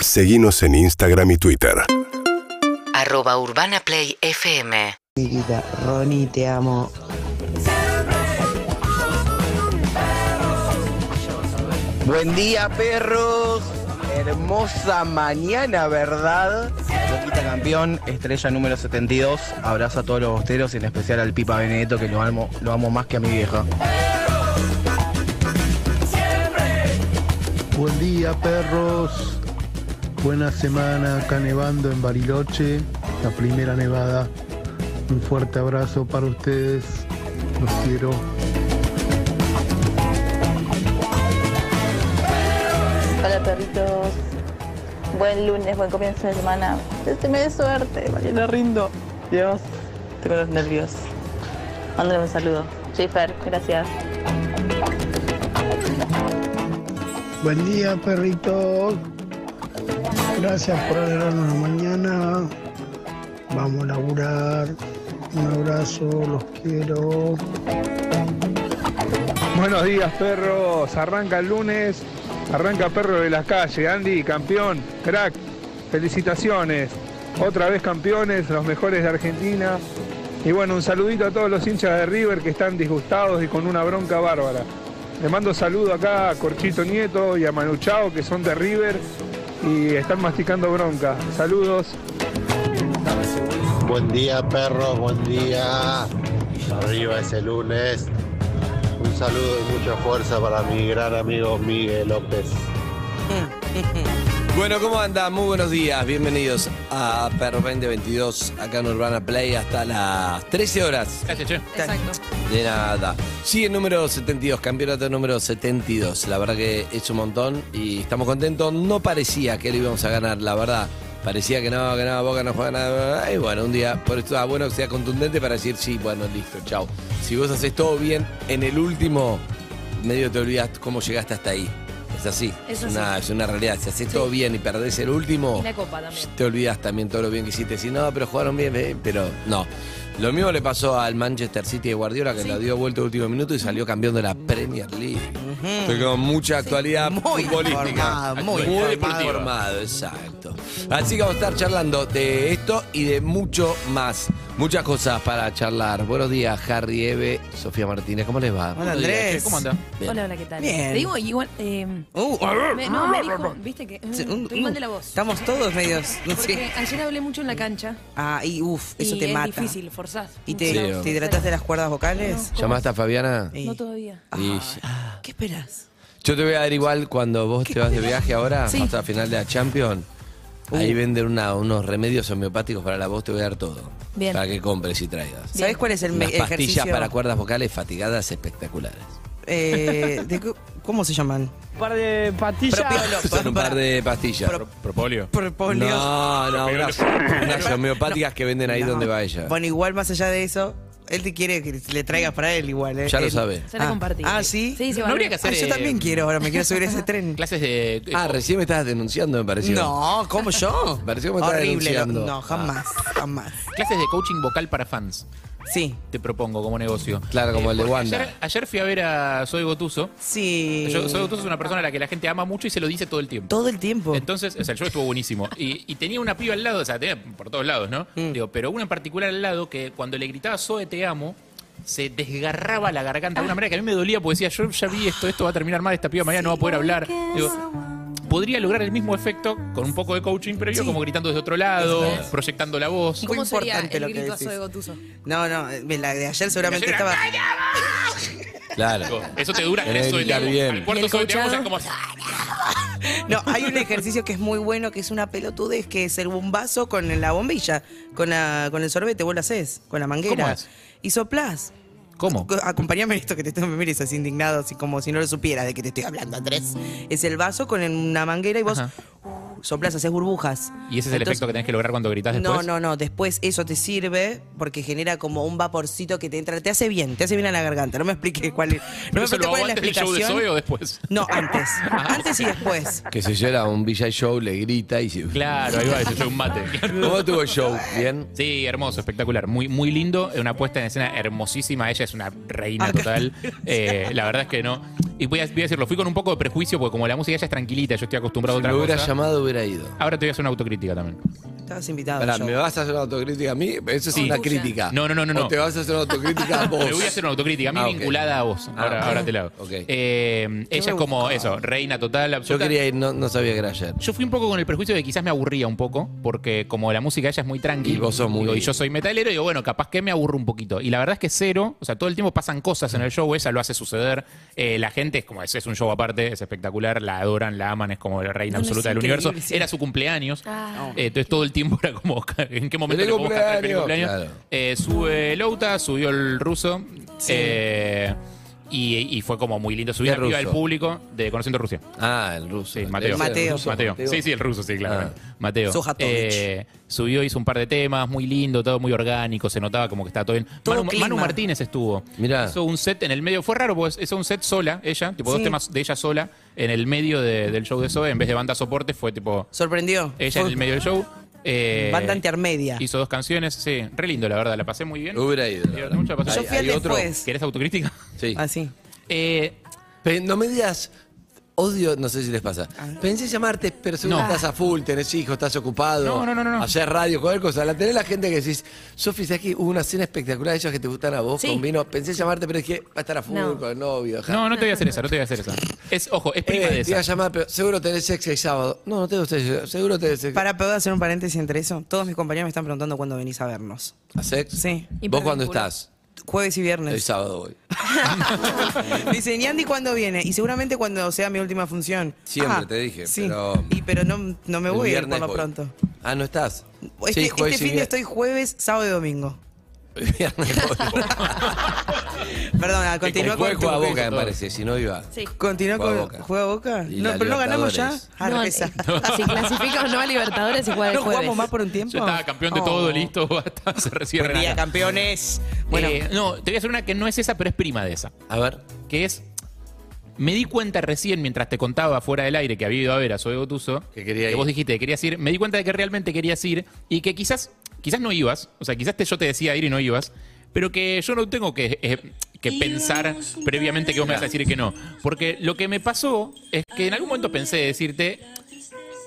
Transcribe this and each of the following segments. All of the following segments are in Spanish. Seguimos en Instagram y Twitter. arroba urbanaplayfm. Chiquita, Ronnie, te amo. Buen día, perros. Hermosa mañana, ¿verdad? Boquita campeón, estrella número 72. Abrazo a todos los bosteros, en especial al Pipa Benedetto, que lo amo, lo amo más que a mi vieja. Buen día, perros. Buena semana acá nevando en Bariloche, la primera nevada. Un fuerte abrazo para ustedes. Los quiero. Hola perritos. Buen lunes, buen comienzo de semana. Este me de suerte, mañana rindo. Dios, tengo los nervios. Mándale un saludo. Jennifer, gracias. Buen día, perritos. Gracias por alegrarnos la mañana. Vamos a laburar. Un abrazo, los quiero. Buenos días, perros. Arranca el lunes. Arranca perro de la calle. Andy, campeón, crack. Felicitaciones. Otra vez campeones, los mejores de Argentina. Y bueno, un saludito a todos los hinchas de River que están disgustados y con una bronca bárbara. Le mando saludo acá a Corchito Nieto y a Manu Chao, que son de River y están masticando bronca. Saludos. Buen día, perro, buen día. Arriba ese lunes. Un saludo y mucha fuerza para mi gran amigo Miguel López. Bueno, ¿cómo andan? Muy buenos días. Bienvenidos a Perro 2022, acá en Urbana Play, hasta las 13 horas. Exacto. De nada. Sí, el número 72, campeonato número 72. La verdad que es un montón y estamos contentos. No parecía que lo íbamos a ganar, la verdad. Parecía que no, que no, Boca no juega nada. Y bueno, un día, por esto, ah, bueno que sea contundente para decir, sí, bueno, listo, chao. Si vos haces todo bien, en el último medio te olvidas cómo llegaste hasta ahí. Es así. Es una, así. es una realidad. Si haces todo bien y perdés el último, Y la copa también. te olvidas también todo lo bien que hiciste. Si no, pero jugaron bien, eh, pero no. Lo mismo le pasó al Manchester City de Guardiola, que lo dio vuelta al último minuto y salió campeón de la Premier League. Estoy con mucha actualidad muy futbolística. informado, muy informado. exacto. Así que vamos a estar charlando de esto y de mucho más. Muchas cosas para charlar. Buenos días, Harry, Eve, Sofía Martínez. ¿Cómo les va? Hola Andrés. ¿Cómo anda? Bien. Hola, hola, ¿qué tal? Bien. Te digo igual. eh, me- Uh, no, me dijo, viste que. mm, Sí, un- estoy mal de la uh, voz. Estamos todos medios. Porque sí. ayer hablé mucho en la cancha. Ah, y uff, eso y te es mata. difícil, forzás. ¿Y Sí, Sí, te, o- te hidrataste las cuerdas vocales? No. ¿Llamaste a Fabiana? Sí. No todavía. Y- Ah, ¿Qué esperas? Yo te voy a dar igual cuando vos te vas de viaje ahora, Sí. hasta la final de la Champions. Ahí venden una- unos remedios homeopáticos para la voz, te voy a dar todo. Bien. Para que compres y traigas. ¿Sabes cuál es el me- Unas pastillas ejercicio? para cuerdas vocales fatigadas espectaculares. Eh, de cu- ¿Cómo se llaman? Un par de patillas. Propiólogos. Son un par de pastillas. Pro- Propolio. Propóleos. No, no, unas, unas homeopáticas que venden ahí No. donde va ella. Bueno, igual más allá de eso, él te quiere que le traigas para él igual. ¿eh? Ya lo Él- sabe. Ya la Ah. compartí. Ah, ¿sí? Sí, sí, No vale. habría que Ah, hacer. yo eh, también quiero, ahora me quiero subir a ese tren. Clases de. eh, Ah, recién me estabas denunciando, me pareció. No, ¿cómo yo? Pareció que me estaba Horrible. lo- denunciando. No, jamás, jamás. Clases de coaching vocal para fans. Sí, Te propongo como negocio. Claro, como el de porque Wanda. Ayer, ayer fui a ver a Soy Gotuso. sí. Yo- Soy Gotuso es una persona a la que la gente ama mucho y se lo dice todo el tiempo. Todo el tiempo. Este Entonces, o sea, el show estuvo buenísimo. Y, y tenía una piba al lado, o sea, tenía por todos lados, ¿no? Digo, pero una en particular al lado que cuando le gritaba Zoe te amo, se desgarraba la garganta de una manera que a mí me dolía porque decía, yo ya vi esto, esto va a terminar mal, esta piba mañana no va a poder hablar. Digo, podría lograr el mismo efecto con un poco de coaching previo, como gritando desde otro lado, proyectando la voz. ¿Y Muy cómo sería importante el lo que grito decís. aso de Gotuso? No, no, eh, la de ayer seguramente Ayer estaba. era- Claro. Eso te dura Tenés tres que Zoe te gritar amo. bien. Al ¿Y cuarto el Zoe te amo, ya es coachado? como... No, hay un ejercicio que es muy bueno, que es una pelotudez, que es el bombazo con la bombilla, con, la, con el sorbete, vos lo haces, con la manguera. ¿Cómo es? Y soplás. ¿Cómo? Co- Acompáñame en esto que te estoy, me mires así indignado, así como si no lo supieras de que te estoy hablando, Andrés. Es el vaso con en- una manguera y vos uh, Ajá. soplás, haces burbujas. Y ese es el Entonces- efecto que tenés que lograr cuando gritas después. No, no, no. Después eso te sirve porque genera como un vaporcito que te entra. Te hace bien, te hace bien a la garganta. No me expliques cuál es. No ¿Pero me eso expliques lo cuál hago es la antes del show de explicación. Zoe o después? No, antes. Antes y después. Que se llora un VJ Show, le grita y se. Claro, ahí va, se echó un mate. ¿Cómo tuvo el show? ¿Bien? Sí, hermoso, espectacular, muy, muy lindo, una puesta en escena hermosísima, ella es una reina total, Eh, la verdad es que no, y voy a, voy a decirlo, fui con un poco de prejuicio porque como la música ya es tranquilita, yo estoy acostumbrado Si a otra me hubiera cosa. llamado, hubiera ido. Ahora te voy a hacer una autocrítica también. Estabas invitado. Pará, Ah, yo. ¿me vas a hacer una autocrítica a mí? Eso es Sí. una crítica. No, no, no, no, ¿O no. te vas a hacer una autocrítica a vos? Te voy a hacer una autocrítica, a mí Ah, ok. vinculada a vos. Ah, Ahora, ok. ahora te la hago. Ok. Eh, ella es como eso, reina total, Yo absoluta. quería ir, no, no sabía que era ayer. Yo fui un poco con el prejuicio de que quizás me aburría un poco, porque como la música de ella es muy tranquila. Y vos sos muy- Y yo soy metalero, y digo, bueno, capaz que me aburro un poquito. Y la verdad es que cero, o sea, todo el tiempo pasan cosas en el show, ella lo hace suceder. Eh, la gente es como, es, es un show aparte, es espectacular, la adoran, la aman, es como la reina No, no, absoluta es del universo. increíble, sí. Era su cumpleaños. Ah. Eh, entonces todo el tiempo era como, ¿en qué momento ¡Feliz le podemos cantar feliz cumpleaños! cumpleaños? Eh, sube Louta, subió el ruso. eh, y, y fue como muy lindo. Subió ¿Qué arriba del ruso? público de Conociendo Rusia. Ah, el ruso. Sí, Mateo. ¿Ese era el ruso? Mateo. Sí, sí, el ruso, sí, claro. Mateo. Sojatovic. Eh, subió, hizo un par de temas, muy lindo, todo muy orgánico, se notaba como que estaba todo bien. Todo Manu, clima. Manu Martínez estuvo. Mirá. Hizo un set en el medio, fue raro, pues hizo un set sola, ella, tipo Sí. dos temas de ella sola, en el medio de- del show de Zoe, en vez de banda soporte, fue tipo Sorprendió. ella en el medio del show. Eh, Banda antiarmedia. Hizo dos canciones, sí, re lindo, la verdad, la pasé muy bien. Hubiera ido. la Me verdad. divertí mucho, la pasé Yo muy fui al bien. otro? después. ¿Querés autocrítica? Sí. Así. Eh, Pero no me digas, odio, no sé si les pasa. Ah, Pensé llamarte, pero seguro No. estás a full, tenés hijos, estás ocupado. No, no, no, no, no. Hacer radio, cualquier cosa. La tenés la gente que decís, Sofi, ¿sabés que hubo una cena espectacular de ellos que te gustan a vos Sí. con vino? Pensé llamarte, pero dije, va a estar a full No. con el novio. ja. no, no te voy a hacer esa, no te voy a hacer esa. Es, ojo, es prima Eh, de te iba a esa. llamar, pero seguro tenés sexo el sábado. No, no tengo sexo, seguro tenés sexo. Para poder hacer un paréntesis entre eso, todos mis compañeros me están preguntando cuándo venís a vernos. ¿A sexo? Sí. ¿Vos cuándo Hipervinculo. estás? Jueves y El viernes. sábado voy. Me Dicen, ¿y Andy cuándo viene? Y seguramente cuando sea mi última función. Siempre te dije, sí. pero- Y pero no, no me El voy a ir por viernes lo voy. pronto. Ah, ¿no estás? Este, Sí, jueves este y fin de vier- estoy jueves, sábado y domingo. Viernes voy. Perdón, ah, El continúa con, Eh, jueves juega con- Boca, me todo. parece, si no iba. Sí. continúa Juega con- Boca. ¿Juega Boca? Y No, la pero no ganamos ya. Libertadores. Ah, No, reza. eh, si clasifica o no a Libertadores, igual ¿No jugamos más por un tiempo? Yo estaba campeón de Oh. todo, listo, basta, se recibe Buen día, campeones. Bueno, Eh, no, te voy a hacer una que no es esa, pero es prima de esa. A ver. Que es. Me di cuenta recién mientras te contaba fuera del aire que había ido a ver a Zoe Gotuso. Que quería ir. vos dijiste que querías ir. Me di cuenta de que realmente querías ir y que quizás, quizás no ibas. O sea, quizás te- yo te decía ir y no ibas. Pero que yo no tengo que, eh, que pensar previamente que vos me vas a decir que no. Porque lo que me pasó es que en algún momento pensé decirte.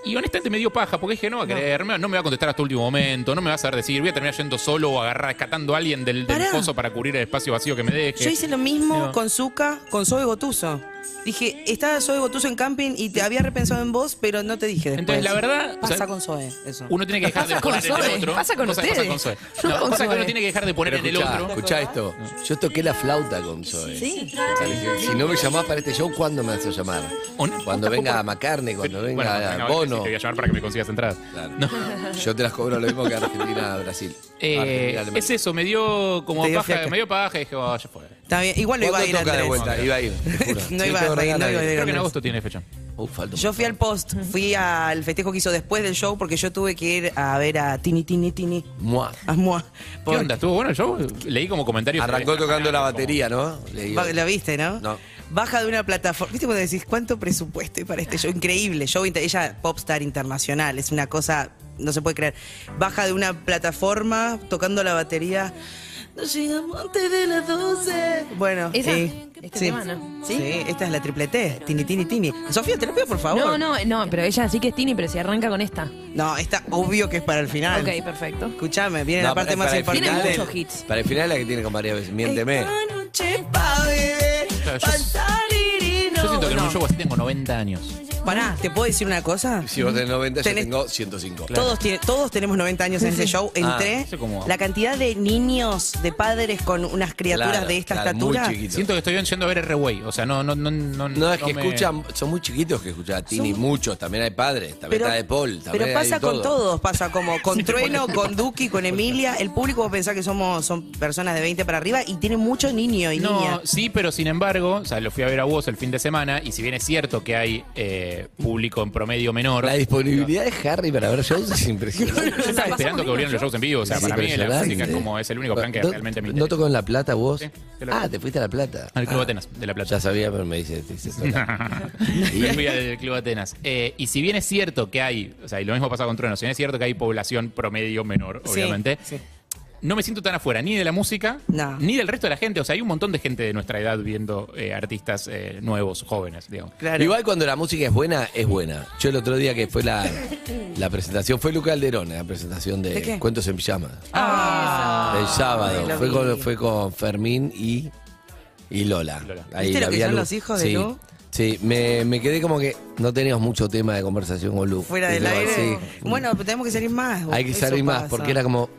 Y honestamente me dio paja, porque dije, no va a creerme, no me va a contestar hasta último momento, no me va a saber decir, voy a terminar yendo solo o agarrar, rescatando a alguien del, del Pará. pozo para cubrir el espacio vacío que me deje. Yo hice lo mismo No. con Zuka, con Zoe Gotuso. Dije, estaba Zoe Gotuso en camping y te había repensado en vos, pero no te dije después. Entonces, la verdad, o Pasa sea, con Zoe, eso. Uno tiene que dejar de Pasa con poner en Zoe, el otro. pasa con Cosas que ustedes. Zoe. No, No con cosas que Zoe. uno tiene que dejar de poner Pero en el escuchá, otro. escuchá esto. Yo toqué la flauta con Zoe. Sí. O sea, dije, Si no me llamás para este show, ¿cuándo me vas a llamar? O no, Cuando tampoco- venga McCartney, cuando venga Bueno, no, ahora sí Bono. te voy a llamar para que me consigas entradas. Claro. No. Yo te las cobro lo mismo que Argentina a Brasil. Eh, Argentina, Alemania. es eso, me dio como Te dio paja, flaca. me dio paja y dije, oh, ya fue. Está bien, igual no iba a ¿Cuándo ir toca de Andrés. vuelta? Iba a ir. te juro. No Sí, iba, tengo no iba, no regalo. iba. Creo que en agosto tiene fecha. Uh, falta un Yo fui al post, fui al festejo que hizo después del show porque yo tuve que ir a ver a Tini Tini Tini. montón. Mua. A Mua. ¿Qué onda? ¿Estuvo bueno el show? Leí como comentarios. Arrancó tocando la Como- batería, ¿no? Le digo. Ba- ¿Lo viste, no? No. Baja de una plataforma. ¿Viste cuando decís cuánto presupuesto hay para este show? Increíble. Show inter- ella, popstar internacional, es una cosa, no se puede creer. Baja de una plataforma tocando la batería. No llegamos antes de las 12. Bueno, Esa- eh, este tema, ¿no? ¿Sí? ¿Sí? esta es la triple T. Tini, tini, tini. Sofía, te lo pido, por favor. No, no, no, pero ella sí que es Tini, pero si arranca con esta. No, está obvio que es para el final. Ok, perfecto. Escuchame, viene No, la parte para- más para el importante. Tiene final muchos es- hits. Para el final la que tiene con María Ves- Miénteme. Esta noche pa' beber, Claro, yo- pa' salir y Yo siento que en no. un show así tengo 90 años. Pará, ¿te puedo decir una cosa? Si vos tenés 90, Tenés- yo tengo 105. Todos, tiene- todos tenemos 90 años en ese Ah, show. Entré. eso como- la cantidad de niños, de padres con unas criaturas Claro, de esta claro, muy estatura. chiquitos. Siento que estoy bien yendo a ver R-Way. O sea, no, no, no, no. No, es que me- escuchan, son muy chiquitos que escuchan a Tini, muchos, también hay padres, también está de Paul, también pero hay pasa de todo. con todos, pasa como con Trueno, con Duki, con Emilia. El público vos pensás que somos son personas de 20 para arriba y tiene mucho niño y No, niña. sí, pero sin embargo, o sea, lo fui a ver a vos el fin de semana y si bien es cierto que hay eh, público en promedio menor, La yo disponibilidad de Harry para ver shows es impresionante. estaba esperando que volvieran los shows en vivo, o sea, Es para mí la impresionante. música es como es el único plan que ¿No- realmente me ¿No interesa. tocó en La Plata vos? Sí, te lo- ah, te fuiste a La Plata. Al Club Ah, Atenas de La Plata. Ya sabía, pero me dice. te dice Me fui al Club Atenas. Eh, y si bien es cierto que hay, o sea, y lo mismo pasa con Trueno, si bien es cierto que hay población promedio menor, Sí, obviamente, sí. no me siento tan afuera, ni de la música, ni del resto de la gente. O sea, hay un montón de gente de nuestra edad viendo eh, artistas eh, nuevos, jóvenes, digamos. Igual cuando la música es buena, es buena. Yo el otro día que fue la, la presentación, fue Luca Alderón, la presentación de, ¿De qué? Cuentos en Pijama. Ah, el sábado. Ay, lo Fue vi. con, fue con Fermín y, y Lola. ¿Viste lo la que vi a son Lu. los hijos de sí. Lu? Sí, me, me quedé como que no teníamos mucho tema de conversación con Lu. Fuera del Pero, aire. sí. Bueno, pero tenemos que salir más. Hay que Eso salir más, pasa. porque era como.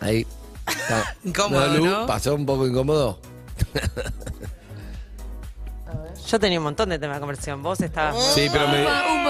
Ahí. está. Incómodo, Lu, ¿no? Pasó un poco incómodo. Yo tenía un montón de temas de conversación. Vos estabas. Sí, pero me,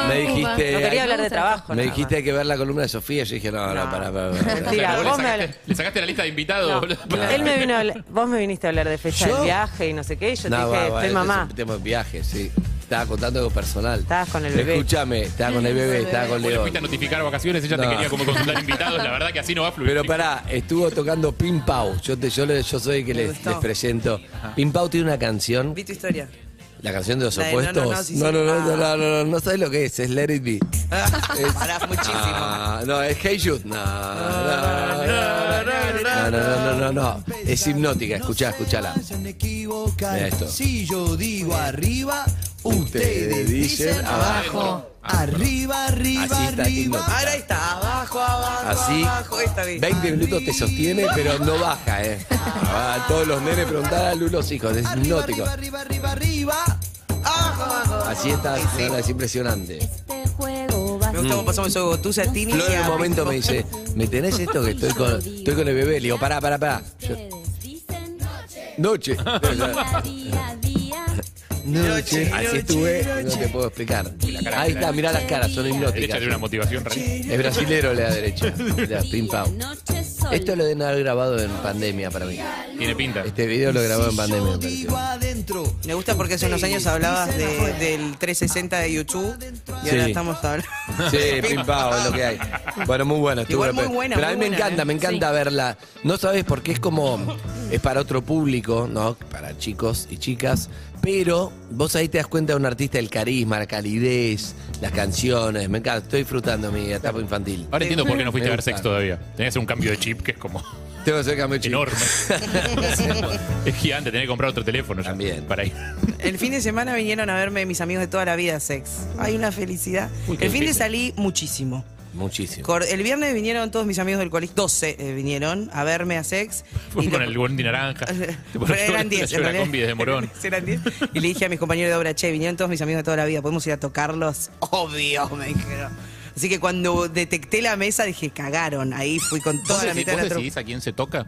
me dijiste. No quería hablar de trabajo. Me dijiste hay que ver la columna de Sofía. Yo dije, no, no, pará, pará. pará, pará. Mentira, vos me hablas- Le sacaste la lista de invitados. boludo. Él me vino a hablar- vos me viniste a hablar de fecha ¿Yo? del viaje y no sé qué, y yo No, te va, dije, va, estoy este mamá. Es un tema de viaje, sí. Estaba contando algo personal. Estabas con el bebé. Escúchame, estaba con el bebé, estaba con Vos le León. fuiste a notificar vacaciones, ella te No. quería como consultar invitados, la verdad que así no va a fluir. Pero pará, estuvo tocando Pim Pau. Yo, te, yo, le- yo soy el que les, gustó. les presento. Pim Pau tiene una canción, Vi tu historia. la canción de los La de no, no, opuestos. no, sí, no, sí. no, no, no, Ah. no, no, no, no sabes lo que es, es Let It Be. Pará, muchísimo. Ah, no, es Hey Jude. No, no, no, no, no, no, no, no. Es hipnótica, escuchá, escuchala. Mira esto. Si yo digo arriba, ustedes dicen abajo. Arriba, Así arriba, está arriba. hipnótica. Ahora está, abajo, abajo, Así, abajo. Esta vez. 20 minutos te sostiene, pero no baja, ¿eh? A todos los nenes preguntar a Lu los hijos, es hipnótico. Arriba, arriba, arriba. Abajo, abajo. Así está, Fiona, es impresionante. Este juego va Me gusta cómo pasamos eso, Gotusa, Tini. Mm. Flor y en a- un momento me dice, ¿me tenés esto que estoy con, estoy con el bebé? Le digo, pará, pará, pará. Yo, noche. Noche. Así estuve, no te puedo explicar. cara- Ahí está, mirá las caras, son Derecha hipnóticas. tiene una motivación rarísima. Es brasilero la derecha. Mirá, pim pam. Esto lo deben haber grabado en pandemia para mí. Tiene pinta. Este video lo grabó en pandemia, me pareció. Me gusta porque hace unos años hablabas de- del 360 de YouTube y ahora Sí. estamos hablando. Sí, pim pam, es lo que hay. Bueno, muy bueno. estuvo Igual muy pe- buena, Pero a muy mí me buena, encanta, ¿eh? me encanta Sí. verla. No sabes porque es como. Es para otro público, ¿no? Para chicos y chicas. Pero vos ahí te das cuenta de un artista, el carisma, la calidez, las canciones. Me encanta, estoy disfrutando mi etapa infantil. Ahora entiendo por qué no fuiste a Me ver gusta. sex todavía. Tenías que hacer un cambio de chip que es como Tengo que hacer cambio de chip. enorme. es gigante, tenés que comprar otro teléfono ya. Para ir. El fin de semana vinieron a verme mis amigos de toda la vida, sex. Hay una felicidad. Uy, qué el fin de difícil. salí muchísimo. Muchísimo. Cor- El viernes vinieron todos mis amigos del colegio, 12 eh, vinieron a verme a sex. Fue con el Bondi naranja. Te Pero pones eran la- la 10, en lleva la realidad. combi desde Morón. Eran 10. Y le dije a mis compañeros de obra, che, vinieron todos mis amigos de toda la vida, ¿podemos ir a tocarlos? Obvio, me dijeron. Así que cuando detecté la mesa dije, cagaron. Ahí fui con ¿Vos, toda la deci- mitad de vos la tropa. decidís a quién se toca?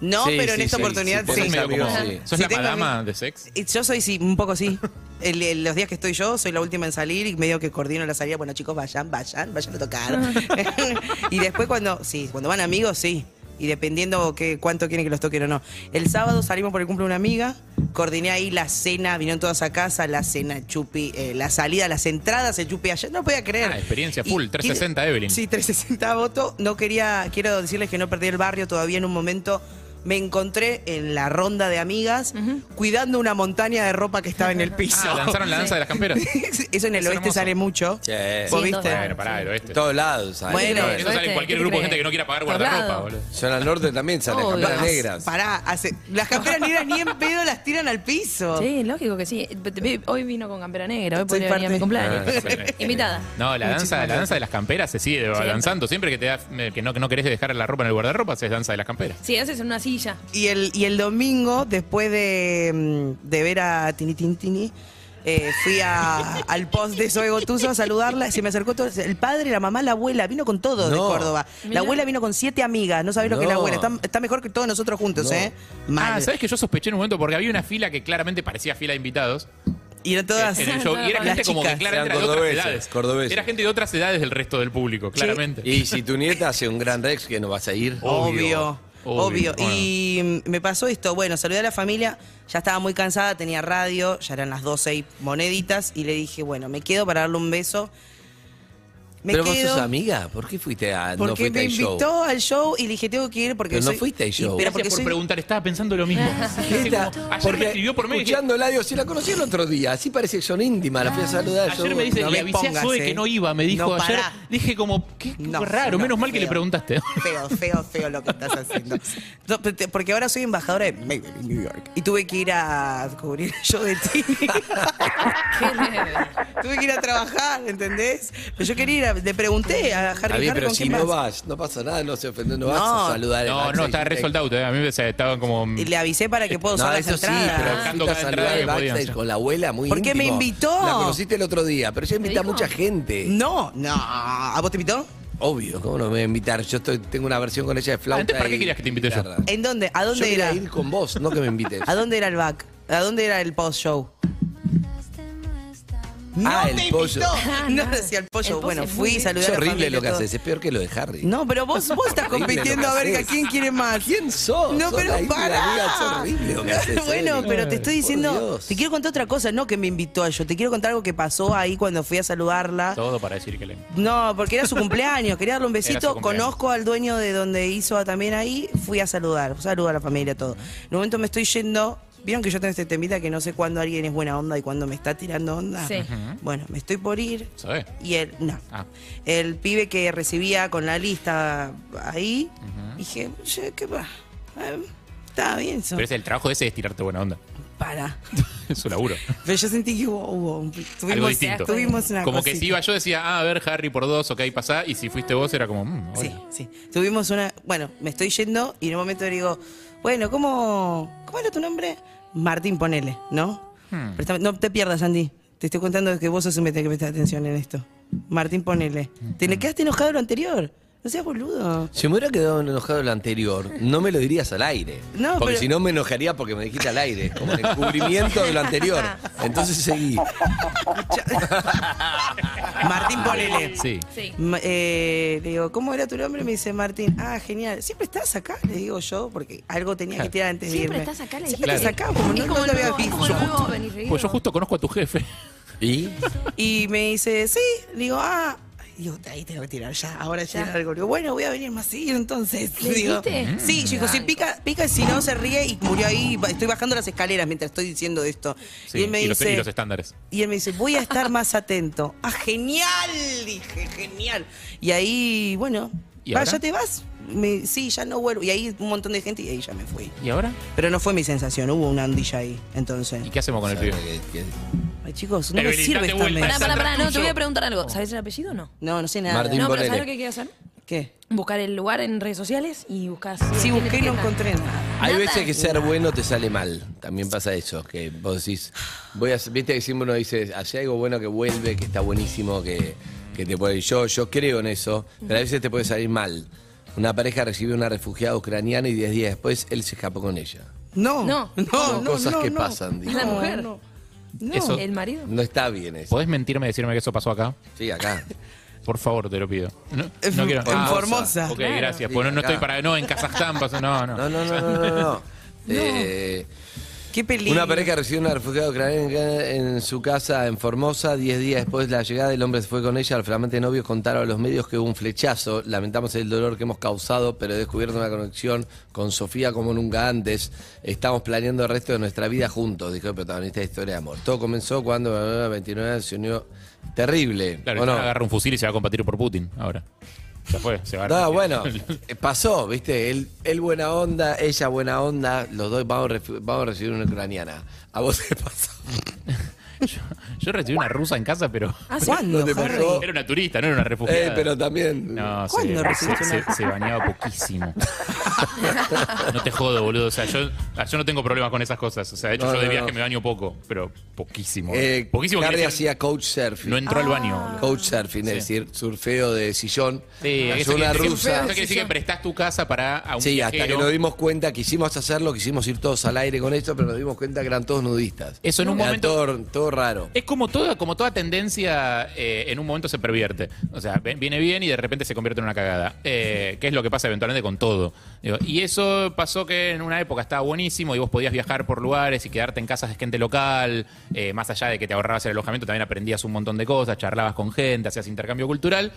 No, Sí, pero en sí, esta sí, oportunidad sí, sí. Sos, medio Amigos, como- sí. ¿sos Sí, la tengo madama de sex? Y Yo soy, sí, un poco sí. El- el- los días que estoy yo, soy la última en salir y medio que coordino la salida. Bueno, chicos, vayan, vayan, vayan a tocar. y después cuando, sí, cuando van amigos, sí. Y dependiendo qué, cuánto quieren que los toquen o no. El sábado salimos por el cumple de una amiga, coordiné ahí la cena, vinieron todas a casa, la cena chupi, eh, la salida, las entradas, el chupi ayer. No podía creer. Ah, experiencia full, Y- 360 Evelyn. Sí, 360 voto. No quería, quiero decirles que no perdí el barrio todavía en un momento. Me encontré en la ronda de amigas cuidando una montaña de ropa que estaba en el piso. Ah, lanzaron la danza de las camperas. Eso en el Es oeste hermoso. sale mucho. Sí. ¿Vos viste? Bueno, pará, el oeste. En todos lados. sale. Bueno, Todo Eso sale en cualquier grupo de gente que no quiera pagar Todos guardarropa, lados. boludo. Zona norte también sale, Obvio. camperas negras. Pará, hace- las camperas negras ni en pedo las tiran al piso. Sí, lógico que sí. Ve- Hoy vino con campera negra, hoy Soy podría venir a mi Ah, cumpleaños. excelente. Invitada. No, la danza, la danza de las camperas se sigue avanzando. Siempre que te da, eh, que no, que no querés dejar la ropa en el guardarropa, haces danza de las camperas. Sí, haces en una silla. Y el, y el domingo, después de, mm, de ver a Tini Tini Tini, eh, fui a- al post de Zoe Gotuso a saludarla. Se me acercó todo, el padre, la mamá, la abuela. Vino con todo de No. Córdoba. La Mirá. abuela vino con siete amigas. No sabés lo que es la No. abuela. Está, está mejor que todos nosotros juntos, ¿eh? Ah, Mal. ¿sabes que yo sospeché en un momento? Porque había una fila que claramente parecía fila de invitados. y eran todas. en el show. Y era las gente como que chicas. Eran claramente era de otras cordobeses, edades. cordobeses. Era gente de otras edades del resto del público, claramente. Y si tu nieta hace un gran Rex, que no vas a ir. Obvio. Obvio. Bueno. Y mm, me pasó esto. Bueno, saludé a la familia. Ya estaba muy cansada, tenía radio. Ya eran las 12 y moneditas. Y le dije, bueno, me quedo para darle un beso. me Pero vos quedo. sos amiga, ¿por qué fuiste a no porque fuiste me al show? invitó al show y le dije, tengo que ir porque Pero no soy- fuiste al y- Pero show. Gracias porque por soy... preguntar, estaba pensando lo mismo. Sí, Neta, como, ayer porque me escribió por mail. Escuchando el audio, si la conocí el otro día, así parece que son íntimas, la fui a saludar. Ah. Ayer yo- me dice, No le me avisé a pongas, Zoe eh. que no iba, me dijo No, ayer. pará. Dije como, qué No, raro, no, menos mal que le feo. preguntaste. Feo, feo, feo lo que estás haciendo. No, pero te- Porque ahora soy embajadora de Maybelline New York. Y tuve que ir a cubrir el show de Tini. Ah, tuve que ir a trabajar, ¿entendés? Pero yo quería ir a, le pregunté a Harry Está bien, Carr pero con si quién no vas. vas, no pasa nada, no se ofende, no, No. vas a saludar. el No, backstage no, estaba re directo. soldado. A mí me estaban como. Y le avisé para que pueda usar No, las eso sí, entradas. pero Buscando fuiste a saludar cada entrada el que podían. backstage con la abuela, muy ¿Por qué me íntimo. invitó? La conociste el otro día, pero yo invité a mucha gente. No, no. ¿A vos te invitó? Obvio, ¿cómo no me voy a invitar? Yo estoy, tengo una versión con ella de flauta. Antes, ¿para qué y querías que te invite yo? guitarra. ¿En dónde? ¿A Yo dónde quería era? ir con vos, no que me invites. ¿A dónde era el back? ¿A dónde era el post show? No Ah, te el pollo. invitó. No decía el pollo. El post bueno, es fui, muy- saludé Es a la horrible familia, lo que todo. haces, es peor que lo de Harry. No, pero vos, vos estás Horrible compitiendo lo a que ver a haces. quién quiere más. ¿Quién sos? No, Sos pero la isla pará. griega, es horrible lo que haces, bueno, Eli. pero te estoy Por diciendo, Dios. te quiero contar otra cosa, no que me invitó a yo, te quiero contar algo que pasó ahí cuando fui a saludarla. Todo para decir que le. No, porque era su cumpleaños, quería darle un Era su besito. cumpleaños. Conozco al dueño de donde hizo también ahí, fui a saludar, saludo a la familia, todo. En un momento me estoy yendo, vieron que yo tengo este temita que no sé cuándo alguien es buena onda y cuándo me está tirando onda. Sí. Bueno, me estoy por ir ¿Sabes? y él, no. Ah. El pibe que recibía con la lista ahí, dije, "Che, ¿qué va? Eh, Está bien eso. Pero es el trabajo ese es tirarte buena onda. Para. Es su laburo. Pero yo sentí que hubo, hubo un- tuvimos, Algo distinto. tuvimos una Como que cosita. si iba yo decía, ah, a ver, Harry por dos, ok, pasá. Y si fuiste vos era como, mm, Sí, hola. sí. Tuvimos una. Bueno, me estoy yendo y en un momento le digo, bueno, ¿cómo, ¿cómo era tu nombre? Martín, ponele, ¿no? Hmm. Préstame- no te pierdas, Andy. Te estoy contando que vos sos un que prestar atención en esto. Martín, ponele. Te Hmm. le quedaste enojado de lo anterior. No seas boludo. Si me hubiera quedado enojado lo anterior, no me lo dirías al aire. No, porque pero- si no me enojaría porque me dijiste al aire, como el encubrimiento de lo anterior. Entonces seguí. Martín, ponele. Ah, Sí. Sí. Ma- eh, le digo, ¿cómo era tu nombre? Me dice Martín. Ah, genial. Siempre estás acá, le digo yo, porque algo tenía que tirar antes de irme. Siempre estás acá, le dije. Siempre estás acá, como Es no, como no lo había nuevo, es visto. como nuevo venir Pues yo justo conozco a tu jefe. ¿Y? Y me dice, sí. Le digo, ah. Y Digo, ahí tengo que tirar ya, ahora ya, Ya. algo. Le digo, bueno, voy a venir más seguido entonces. ¿Le Digo, dijiste? Mm, sí, yo digo, si pica, pica, si no se ríe y murió ahí. Ba- Estoy bajando las escaleras mientras estoy diciendo esto. Sí, y él me los, dice, los estándares. y él me dice, voy a estar más atento. Ah, genial, dije, genial. Y ahí, bueno, ¿Y va, ahora? ya te vas. Me- sí, ya no vuelvo. Y ahí un montón de gente y ahí ya me fui. ¿Y ahora? Pero no fue mi sensación, hubo una ondilla ahí. Entonces, ¿Y qué hacemos con el pibe? ay, chicos, no me Debilitate sirve esta vuelta. mesa. Pará, pará, pará, no, te Tuyo. voy a preguntar algo. ¿Sabes el apellido o no? No, no sé nada. Martín, No, pero ponele. ¿sabes lo que hay que hacer? ¿Qué? Buscar el lugar en redes sociales y buscas. Sí, ¿quién busqué y no etiqueta? encontré nada. Hay Nada. veces que ser bueno te sale mal. También pasa eso, que vos decís, voy a, viste que siempre uno dice, hace algo bueno que vuelve, que está buenísimo, que, que te puede. Yo, yo creo en eso, pero a veces te puede salir mal. Una pareja recibió una refugiada ucraniana y 10 días después él se escapó con ella. No, No. no, Son no, no. cosas no, que no. pasan, digo. La mujer. No, Eso- ¿El marido? No está bien eso. ¿Podés mentirme y decirme que eso pasó acá? Sí, acá. Por favor, te lo pido. No, En- no quiero. Ah, en Formosa. Ok, Claro. gracias. Sí, Pues no, no acá. estoy para. No, en Kazajstán pasó. No, no. No, no, no, no, no. no. Eh, Qué peligro. Una pareja recibió una refugiada ucraniana en su casa en Formosa. Diez días después de la llegada, el hombre se fue con ella. Al flamante novio contaron a los medios que hubo un flechazo. Lamentamos el dolor que hemos causado, pero he descubierto una conexión con Sofía como nunca antes. Estamos planeando el resto de nuestra vida juntos, dijo el protagonista de Historia de Amor. Todo comenzó cuando a 29 se unió. Terrible. Claro, ¿o el chabón no? agarra un fusil y se va a combatir por Putin ahora. Ya fue, se va a No, bueno, eh, pasó, viste, él, él buena onda, ella buena onda, los dos vamos, a ref- vamos a recibir una ucraniana. A vos te pasó. Yo, yo recibí una rusa en casa, pero. Ah, sí. ¿Cuándo, No te Harry? pasó. Era una turista, no era una refugiada. Eh, pero también. No, ¿Cuándo se, se, recibiste una- se- se bañaba poquísimo. no te jodo, boludo. O sea, yo, ah, yo no tengo problemas con esas cosas. O sea, de hecho, No, yo de no, viaje no. me baño poco, pero poquísimo. Eh, poquísimo Harry quiere decir, hacía coach surfing. No entró al baño. boludo. Coach surfing, es Sí. decir, surfeo de sillón. Sí, Cayó eso una quiere decir- rusa. Eso quiere decir que prestás tu casa para a un Sí, hasta que viajero. nos dimos cuenta, quisimos hacerlo, quisimos ir todos al aire con esto, pero nos dimos cuenta que eran todos nudistas. Eso en un Era momento- Todo, todo raro. Es como toda, como toda tendencia eh, en un momento se pervierte. O sea, ve- viene bien y de repente se convierte en una cagada. Eh, que es lo que pasa eventualmente con todo. Digo, y eso pasó que en una época estaba buenísimo y vos podías viajar por lugares y quedarte en casas de gente local. Eh, más allá de que te ahorrabas el alojamiento, también aprendías un montón de cosas, charlabas con gente, hacías intercambio cultural.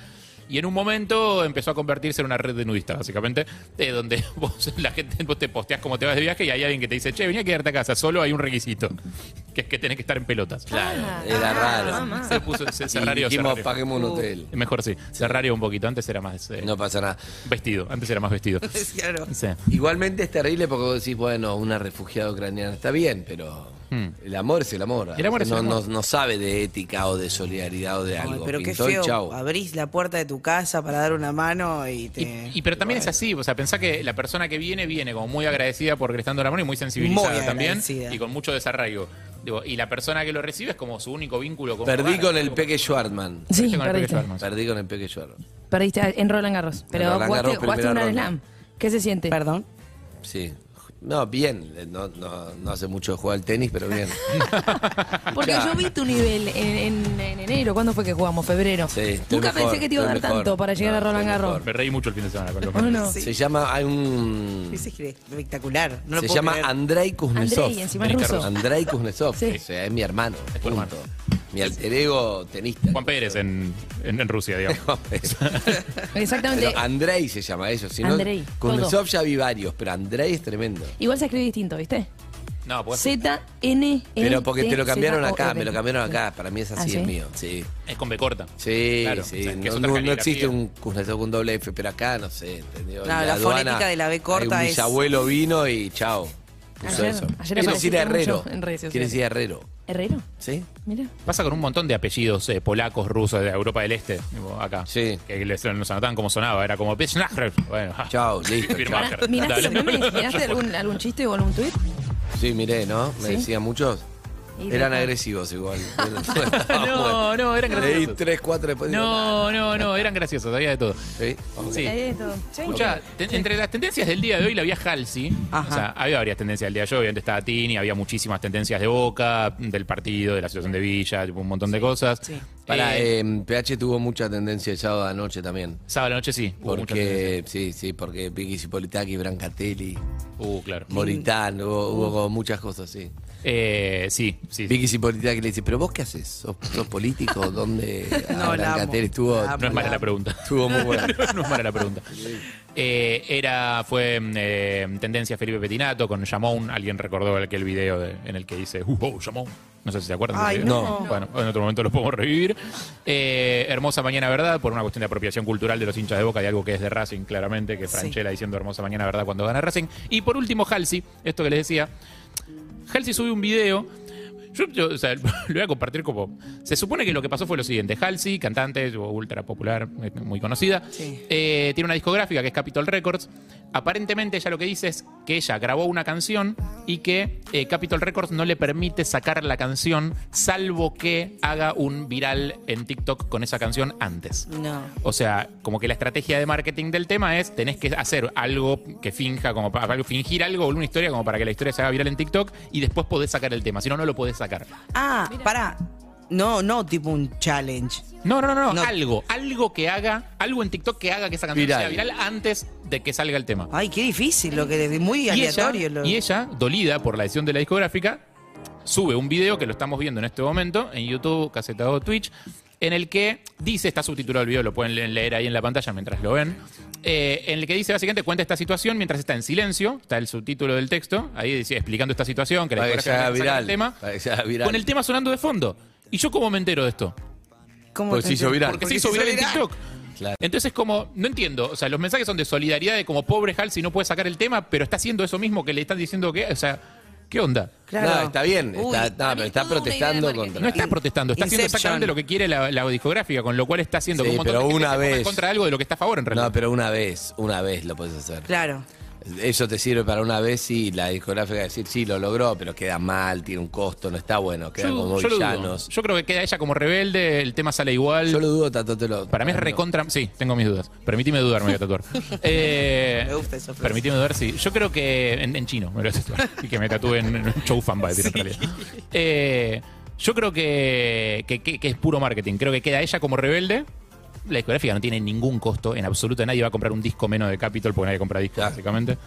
Y en un momento empezó a convertirse en una red de nudistas, básicamente, eh, donde vos, la gente, vos te posteas como te vas de viaje y hay alguien que te dice, che, venía a quedarte a casa, solo hay un requisito, que es que tenés que estar en pelotas. Claro, era raro. Se puso, se, se Y rarió, se dijimos, rarió. paguemos un hotel. Mejor sí, se rarió un poquito, antes era más... eh, no pasa nada. Vestido, antes era más vestido. Claro. Sí. Igualmente es terrible porque vos decís, bueno, una refugiada ucraniana está bien, pero Hmm. el amor es el amor. El amor es no, el amor. No, no sabe de ética o de solidaridad o de Ay, algo. pero qué Pintó y feo. chau. Abrís la puerta de tu casa para dar una mano y te. Y pero también es así, o sea, pensá que la persona que viene, viene como muy agradecida por prestando la mano y muy sensibilizada Muy también agradecida. y con mucho desarraigo. Digo, y la persona que lo recibe es como su único vínculo con Perdí Urbana, con el algo- Peque Schwartman. Sí, con el Peque perdiste. Schwartman. Perdí con el Peque Schwartman. Perdiste en Roland Garros, pero Roland jugaste, Garros, jugaste un primera ronda. Grand Slam. ¿Qué se siente? Perdón. Sí. No, bien. Eh, No, no, no hace mucho que juega al tenis, pero bien. Porque yo vi tu nivel en, en- en enero. ¿Cuándo fue que jugamos? Febrero. Sí, estoy Nunca mejor, pensé que te iba a dar estoy mejor. tanto para llegar No, a Roland estoy Garros. mejor. Me reí mucho el fin de semana con los ¿O no? Se llama, hay un... Ese es que- espectacular. No lo se puedo llama creer. Andrei Kuznetsov. Andrei, encima es ruso. Andrei Kuznetsov. Sí. O sea, es mi hermano. tu punto. hermano. Mi alter ego tenista. Juan Pérez en, en- en Rusia, digamos. Juan Pérez. Exactamente. Pero Andrei se llama eso. Si no, Andrei, Kuznetsov ya vi varios, pero Andrei es tremendo. Igual se escribe distinto, ¿viste? No, pues Z, N, Pero porque te lo cambiaron acá, me lo cambiaron acá. Para mí es así ¿Ah, sí? el mío. Sí, es con B corta. sí, Claro, sí. o sea, que es no, otra no- no caligrafía. existe un Kuznetsov con doble F, pero acá no sé. ¿entendió? No, En la fonética de la B corta hay un es- bisabuelo vino y chao. Puso Ayer- eso. ayer Quiere apareciste decir herrero. mucho en redes Quiere sociales. decir herrero. ¿Herrero? ¿Sí? Mira. Pasa con un montón de apellidos eh, polacos, rusos, de Europa del Este, tipo, acá. Sí. Que les, nos anotaban cómo sonaba, era como Pechnacher. Bueno, ja. Chao, listo. chao. Firmacher. ¿Miraste, Dale. los memes? ¿Miraste algún, algún chiste o algún tuit? Sí, miré, ¿no? Me Sí. decían muchos. Y de- Eran agresivos igual. No, no, eran Leí graciosos. tres, cuatro después. digo, No, no, no, eran graciosos, había de todo. Sí. ok. Sí. Ahí es todo. Eh, Sí. Escucha, entre las tendencias del día de hoy la había Halsey. Ajá. O sea, había varias tendencias del día de hoy. Obviamente estaba Tini, había muchísimas tendencias de Boca, del partido, de la situación de Villa, tipo, un montón de cosas. sí. Pará, Eh, eh, PH tuvo mucha tendencia el sábado de la noche también. sábado a la noche sí. hubo muchas tendencias. Porque, sí, sí, porque Vicky Cipolitaki, Brancatelli, Uh, claro. Moritán, hubo, hubo como muchas cosas, sí. Eh, sí, sí. sí. Vicky Cipolitaki le dice, pero vos qué haces? ¿Sos, sos político? ¿Dónde? Ah, No, la amo. Brancatelli estuvo, La amo. No es mala la pregunta. estuvo muy buena. no es mala la pregunta. Eh, era, fue mm, eh, tendencia Felipe Petinato con Yamón. Alguien recordó aquel video de- en el que dice, uh, oh, Yamón. No sé si se acuerdan. Ay, del video. Bueno, en otro momento lo podemos revivir. Eh, hermosa Mañana Verdad, por una cuestión de apropiación cultural de los hinchas de boca, de algo que es de Racing, claramente, que Sí. Franchella diciendo Hermosa Mañana Verdad cuando gana Racing. Y por último, Halsey, esto que les decía. Halsey subió un video. Yo, yo, o sea, lo voy a compartir como. Se supone que lo que pasó fue lo siguiente: Halsey, cantante ultra popular, eh, muy conocida, Sí. eh, tiene una discográfica que es Capitol Records. Aparentemente, ella lo que dice es que ella grabó una canción y que eh, Capitol Records no le permite sacar la canción, salvo que haga un viral en TikTok con esa canción antes. No. O sea, como que la estrategia de marketing del tema es tenés que hacer algo que finja, como para algo- fingir algo, una historia como para que la historia se haga viral en TikTok y después podés sacar el tema. Si no, no lo podés sacar. Ah, pará. No, no, tipo un challenge. No, no, no, no, No. Algo, algo que haga, algo en TikTok que haga que esa canción Viral. sea viral antes de que salga el tema. Ay, qué difícil, lo que muy Y ella, aleatorio. lo- y ella, dolida por la decisión de la discográfica, sube un video que lo estamos viendo en este momento en YouTube, Casetado Twitch, en el que dice, está subtitulado el video, lo pueden le- leer ahí en la pantalla mientras lo ven, eh, en el que dice básicamente, cuenta esta situación mientras está en silencio, está el subtítulo del texto, ahí dice, explicando esta situación, que la Para que se discográfica haga no saca viral. el tema, Para que se haga viral. con el tema sonando de fondo. ¿Y yo cómo me entero de esto? ¿Cómo Pues te se hizo enteraste? viral. Porque se hizo viral en TikTok. Claro. Entonces, como, no entiendo. O sea, los mensajes son de solidaridad, de como pobre Halsey no puede sacar el tema, pero está haciendo eso mismo que le están diciendo que. O sea, ¿qué onda? No, está bien, Uy, está, no, pero está protestando contra... No está protestando, está haciendo Inception. exactamente lo que quiere la, la discográfica, con lo cual está haciendo Sí, como un montón pero de gente una se pone en vez. contra de algo de lo que está a favor en realidad. No, pero una vez, una vez lo puedes hacer. Claro. Eso te sirve para una vez y la discográfica decir, sí, lo logró, pero queda mal, tiene un costo, no está bueno, quedan como yo, lo dudo. villanos. Yo creo que queda ella como rebelde, el tema sale igual. Yo lo dudo, Tato, te lo... Para mí es no. recontra. Sí, tengo mis dudas. Permitime dudar, me voy a tatuar. Eh, Me gusta esa frase. Permitime dudar, sí. Yo creo que. En, en chino me lo voy a tatuar. Y que me tatúe en, en un show fan, va a decir en realidad. Eh, yo creo que, que, que- que es puro marketing. Creo que queda ella como rebelde. La discográfica no tiene ningún costo en absoluto. Nadie va a comprar un disco menos de Capitol porque nadie compra discos, Claro. básicamente. Eh,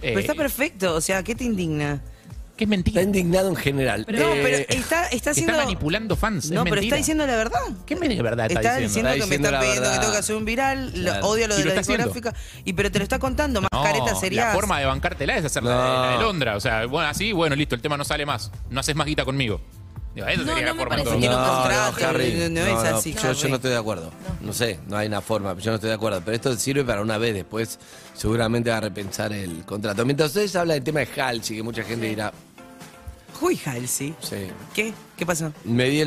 Pero está perfecto, o sea, ¿qué te indigna? Que es mentira. Está indignado en general. Eh, No, pero está, Que está haciendo. Está manipulando fans. no, pero es está mentira. diciendo la verdad. ¿Qué me de verdad está, Está diciendo diciendo? que me está pidiendo que tengo que hacer un viral, lo- Claro. odio lo Y de lo la está haciendo. discográfica, y pero te lo está contando, más No, careta sería. La forma de bancártela es hacer la, No. la de Londra. O sea, bueno, así, bueno, listo, el tema no sale más. No haces más guita conmigo. Digo, esa No, no sería la me forma parece No, entonces. que no no, contrate, Harry, no es así, Yo, yo Harry. no estoy de acuerdo. No. sé, no hay una forma, yo no estoy de acuerdo. Pero esto sirve para una vez, después seguramente va a repensar el contrato. Mientras ustedes hablan del tema de Halsey, que mucha gente dirá, Uy, Halsey. sí. ¿Qué? ¿Qué pasó? Me vi el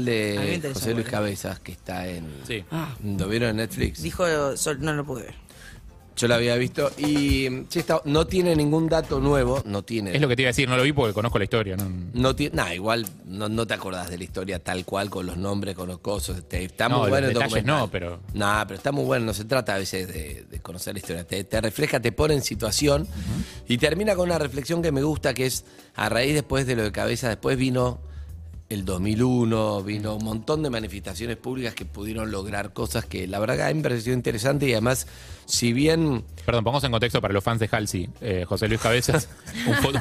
A mí me de interesa José Luis mucho. Cabezas, que está en... Sí. Ah, ¿Lo vieron en Netflix? dijo Sol, no lo pude ver. Ah, Yo lo había visto y mm, sí, está- no tiene ningún dato nuevo, no tiene. Es lo que te iba a decir, no lo vi porque conozco la historia. ¿no? No tiene, nah, igual no, no te acordás de la historia tal cual, con los nombres, con los cosos. Te- está No, muy los bueno el detalles documental. no, pero- Nah, pero está muy bueno. No se trata a veces de, de conocer la historia. Te, te refleja, te pone en situación. Y termina con una reflexión que me gusta, que es a raíz después de lo de cabeza, después vino el 2001, vino un montón de manifestaciones públicas que pudieron lograr cosas que la verdad que a mí me pareció interesante y además, si bien... Perdón, pongamos en contexto para los fans de Halsey. Eh, José Luis Cabezas, un, foto-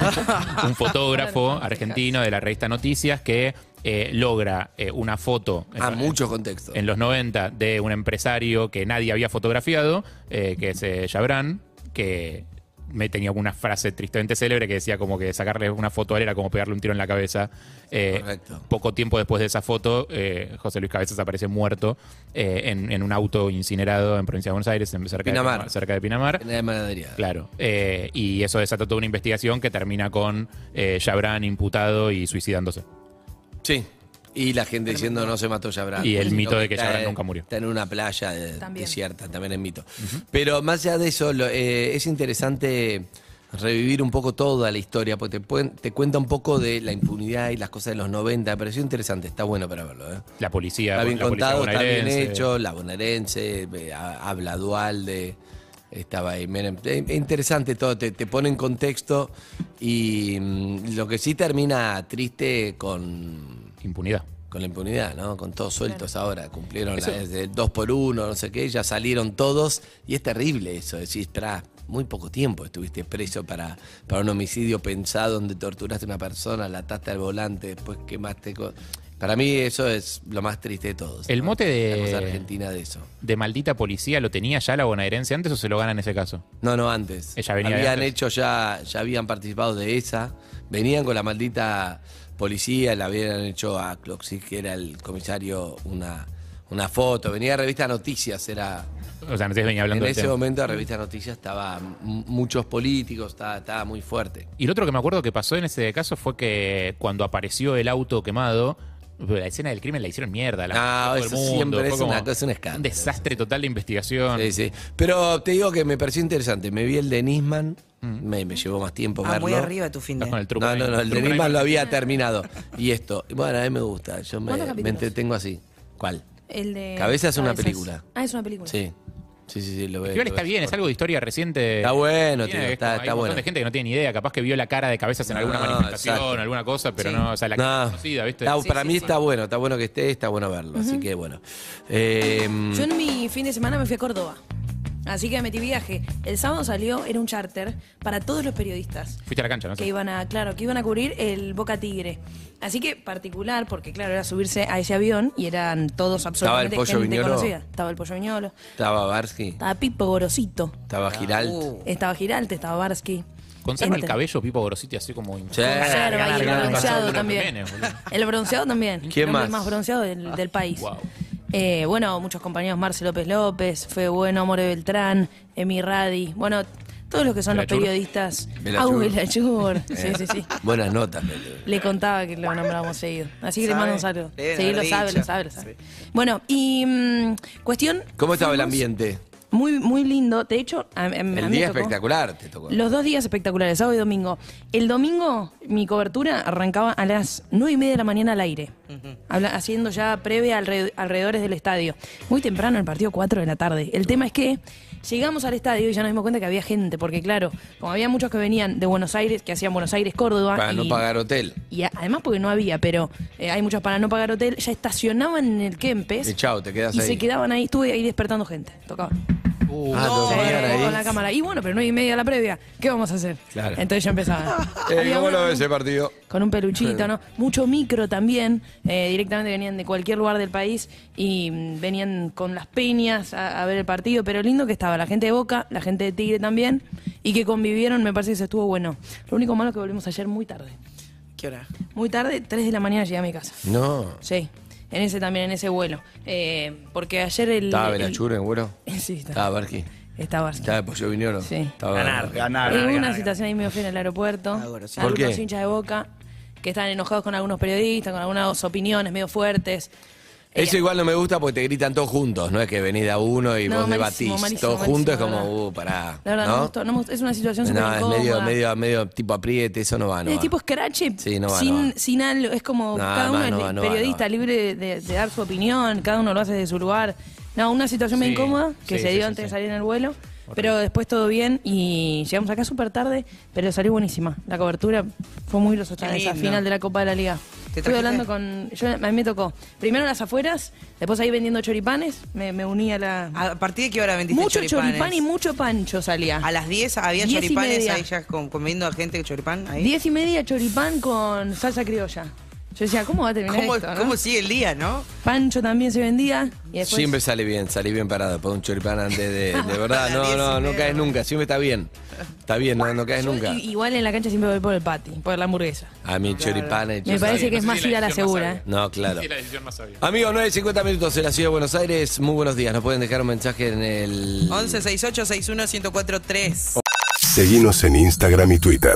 un fotógrafo argentino de la revista Noticias que eh, logra eh, una foto A eh, muchos contextos. en los 90 de un empresario que nadie había fotografiado, eh, que es eh, Jabran, que me tenía una frase tristemente célebre que decía como que sacarle una foto a él era como pegarle un tiro en la cabeza. Eh, Correcto. poco tiempo después de esa foto, eh, José Luis Cabezas aparece muerto eh, en, en un auto incinerado en provincia de Buenos Aires, en, cerca, Pinamar. De, cerca de Pinamar. En la ganadería. Claro. Eh, y eso desató toda una investigación que termina con eh, Jabran imputado y suicidándose. Sí. Y la gente diciendo no se mató Yabran. Y el Sino mito de que está Jabran en- nunca murió. Está en una playa eh, También. desierta, también es mito. Pero más allá de eso, lo- eh, es interesante revivir un poco toda la historia, porque te, pueden- te cuenta un poco de la impunidad y las cosas de los 90. Me pareció interesante, está bueno para verlo. ¿eh? La policía. Está bien la policía contado, está bien bonaerense. hecho, la bonaerense, eh, ha- habla Dualde, estaba ahí Menem. Eh, Es interesante todo, te, te pone en contexto y mm, lo que sí termina triste con... Impunidad. Con la impunidad, ¿no? Con todos sueltos ahora, cumplieron Eso- la, desde dos por uno, no sé qué, ya salieron todos y es terrible eso, decís, tra, muy poco tiempo estuviste preso para, para un homicidio pensado donde torturaste a una persona, la ataste al volante, después quemaste... co- Para mí eso es lo más triste de todos. El ¿no? mote de- La cosa argentina de eso. ¿De maldita policía lo tenía ya la bonaerense antes o se lo gana en ese caso? No, no, antes. Ella venía de habían antes. hecho ya, ya habían participado de esa. Venían con la maldita policía, la habían hecho a Cloxy, que era el comisario, una, una foto. Venía de revista Noticias, era. O sea, antes venía hablando en del ese tema. momento la revista Noticias estaba m- muchos políticos, estaba, estaba muy fuerte. Y lo otro que me acuerdo que pasó en ese caso fue que cuando apareció el auto quemado, la escena del crimen la hicieron mierda. La Ah, todo el eso mundo, siempre fue es como una cosa, un escándalo. Un desastre total de investigación. Sí, sí. Pero te digo que me pareció interesante. Me vi el de Nisman, me, me llevó más tiempo Ah, verlo. muy arriba tu fin Estás con de. Mm. el truco. No, ahí. no, no, el de Truco ahí. Nisman lo había terminado. Y esto, bueno, a mí me gusta, yo me, ¿Cuántos me capítulos? entretengo así. ¿Cuál? El de. Cabeza es una Cabezas. película. Ah, es una película. Sí, sí, sí, sí, lo veo. Igual lo está veo. bien, es algo de historia reciente. Está bueno, tío, Tiene- es como- está, hay está un montón bueno. de gente que no tiene ni idea, capaz que vio la cara de cabezas en No, alguna manifestación, exacto. alguna cosa, pero Sí. no, o sea, la No, cara conocida, ¿viste? está- Sí, para sí, mí sí. está bueno, está bueno que esté, está bueno verlo, así que bueno. Eh, Yo en mi fin de semana me fui a Córdoba. Así que metí viaje. El sábado salió, era un charter para todos los periodistas. Fuiste a la cancha, ¿no? que iban a, claro, que iban a cubrir el Boca Tigre. Así que particular, porque claro, era subirse a ese avión y eran todos absolutamente Pollo gente Viñolo. conocida. Estaba el Pollo Viñolo, estaba Barsky, estaba Pipo Gorosito, estaba Giralt. Uh. estaba Giralta, estaba Barsky. Conserva el Entre- cabello Pipo Gorositi así como... Eh, Conserva y el ganar, bronceado ganar. también. Menes, eh, boludo. Ah, El bronceado también. ¿Quién el hombre más? más bronceado del, del país. Guau. Eh, bueno, muchos compañeros, Marce López López, Fue Bueno, More Beltrán, Emi Radi, bueno, todos los que son los Belachur. periodistas. Ah, Belachur. Agus Belachur. Sí, sí, sí. Eh, Buenas notas, Lele. Le contaba que lo nombrábamos seguido. Así que le Sabe, mando un saludo. deben Sí, haber lo sabe, dicho. lo sabe, lo sabe. Bueno, y mm, cuestión. ¿Cómo estaba el fuimos ambiente? Muy, muy lindo. De hecho, a- a- a mí El me día tocó- espectacular te tocó. Los dos días espectaculares, sábado y domingo. El domingo, mi cobertura arrancaba a las nueve y media de la mañana al aire. Habla- haciendo ya previa alre- alrededores del estadio. Muy temprano, el partido 4 de la tarde. El tema es que llegamos al estadio y ya nos dimos cuenta que había gente, porque claro, como había muchos que venían de Buenos Aires, que hacían Buenos Aires, Córdoba. Para no y- pagar hotel. y a- además porque no había, pero eh, hay muchos para no pagar hotel, ya estacionaban en el Kempes. Y chau, te quedas y ahí. se quedaban ahí, estuve ahí despertando gente, tocaban. Uh, Ah, lo tenían ahí. con la cámara. Y bueno, pero nueve y media la previa. ¿Qué vamos a hacer? Claro. Entonces yo empezaba. Eh, Había ¿Cómo lo uno- ves ese partido? Con un peluchito, ¿no? Mucho micro también. eh, directamente venían de cualquier lugar del país y mm, venían con las piñas a, a ver el partido. Pero lindo que estaba la gente de Boca, la gente de Tigre también. Y que convivieron, me parece que se estuvo bueno. Lo único malo es que volvimos ayer muy tarde. ¿Qué hora? Muy tarde, 3 de la mañana llegué a mi casa. No. Sí, en ese también, en ese vuelo. Eh, porque ayer el. ¿Estaba el- Benachura en güero? Sí, estaba. Estaba Barqui. Estaba Barqui. Estaba Pollo Viñolo. Sí. Estaba Ganar, Ah, ganar, Hubo una situación ahí medio fea en el aeropuerto. sí. ¿Por Algunos qué? hinchas de boca que estaban enojados con algunos periodistas, con algunas opiniones medio fuertes. Eh, Eso igual no me gusta porque te gritan todos juntos, no es que venís de a uno y No, vos malísimo, debatís. malísimo, todos juntos es malísimo, como, uh, pará. La verdad, no, me ¿no? gustó, no me gustó. es una situación súper No, es incómoda. medio, medio, medio tipo apriete, eso no va, Ah, no es va. tipo escrache, Sí, no va, sin, no va. sin algo, es como No, cada uno además, es no va, no va, periodista libre de, de dar su opinión, cada uno lo hace de su lugar. No, una situación muy Sí, incómoda que sí, se sí, dio sí, antes de sí. salir en el vuelo, pero después todo bien y llegamos acá súper tarde, pero salió buenísima. La cobertura fue muy grosa en Qué esa lindo. final de la Copa de la Liga. ¿Te Estuve trajiste? hablando con. Yo, a mí me tocó primero las afueras, después ahí vendiendo choripanes, me, me uní a la. ¿A partir de qué hora Ah, vendiste Mucho choripanes? choripán y mucho pancho salía. A las 10 había 10 y choripanes media. ahí ya con- comiendo a gente choripán ahí. Diez y media choripán con salsa criolla. Yo decía, ¿cómo va a terminar ¿Cómo, esto? no? cómo sigue el día, no? Pancho también se vendía. Y después, Siempre sale bien, salí bien parado por un choripán antes de. De verdad, A no, no, las 10 y no media. caes nunca, siempre está bien. Está bien, no, no caes nunca. I- Igual en la cancha siempre voy por el patty, por la hamburguesa. A mí choripán Me parece que es más ir a la segura. ¿eh? No, claro. Es la decisión más sabia. Amigos, 9.50 minutos en la Ciudad de Buenos Aires. Muy buenos días. Nos pueden dejar un mensaje en el... 11 68 61 1043. Seguinos en Instagram y Twitter.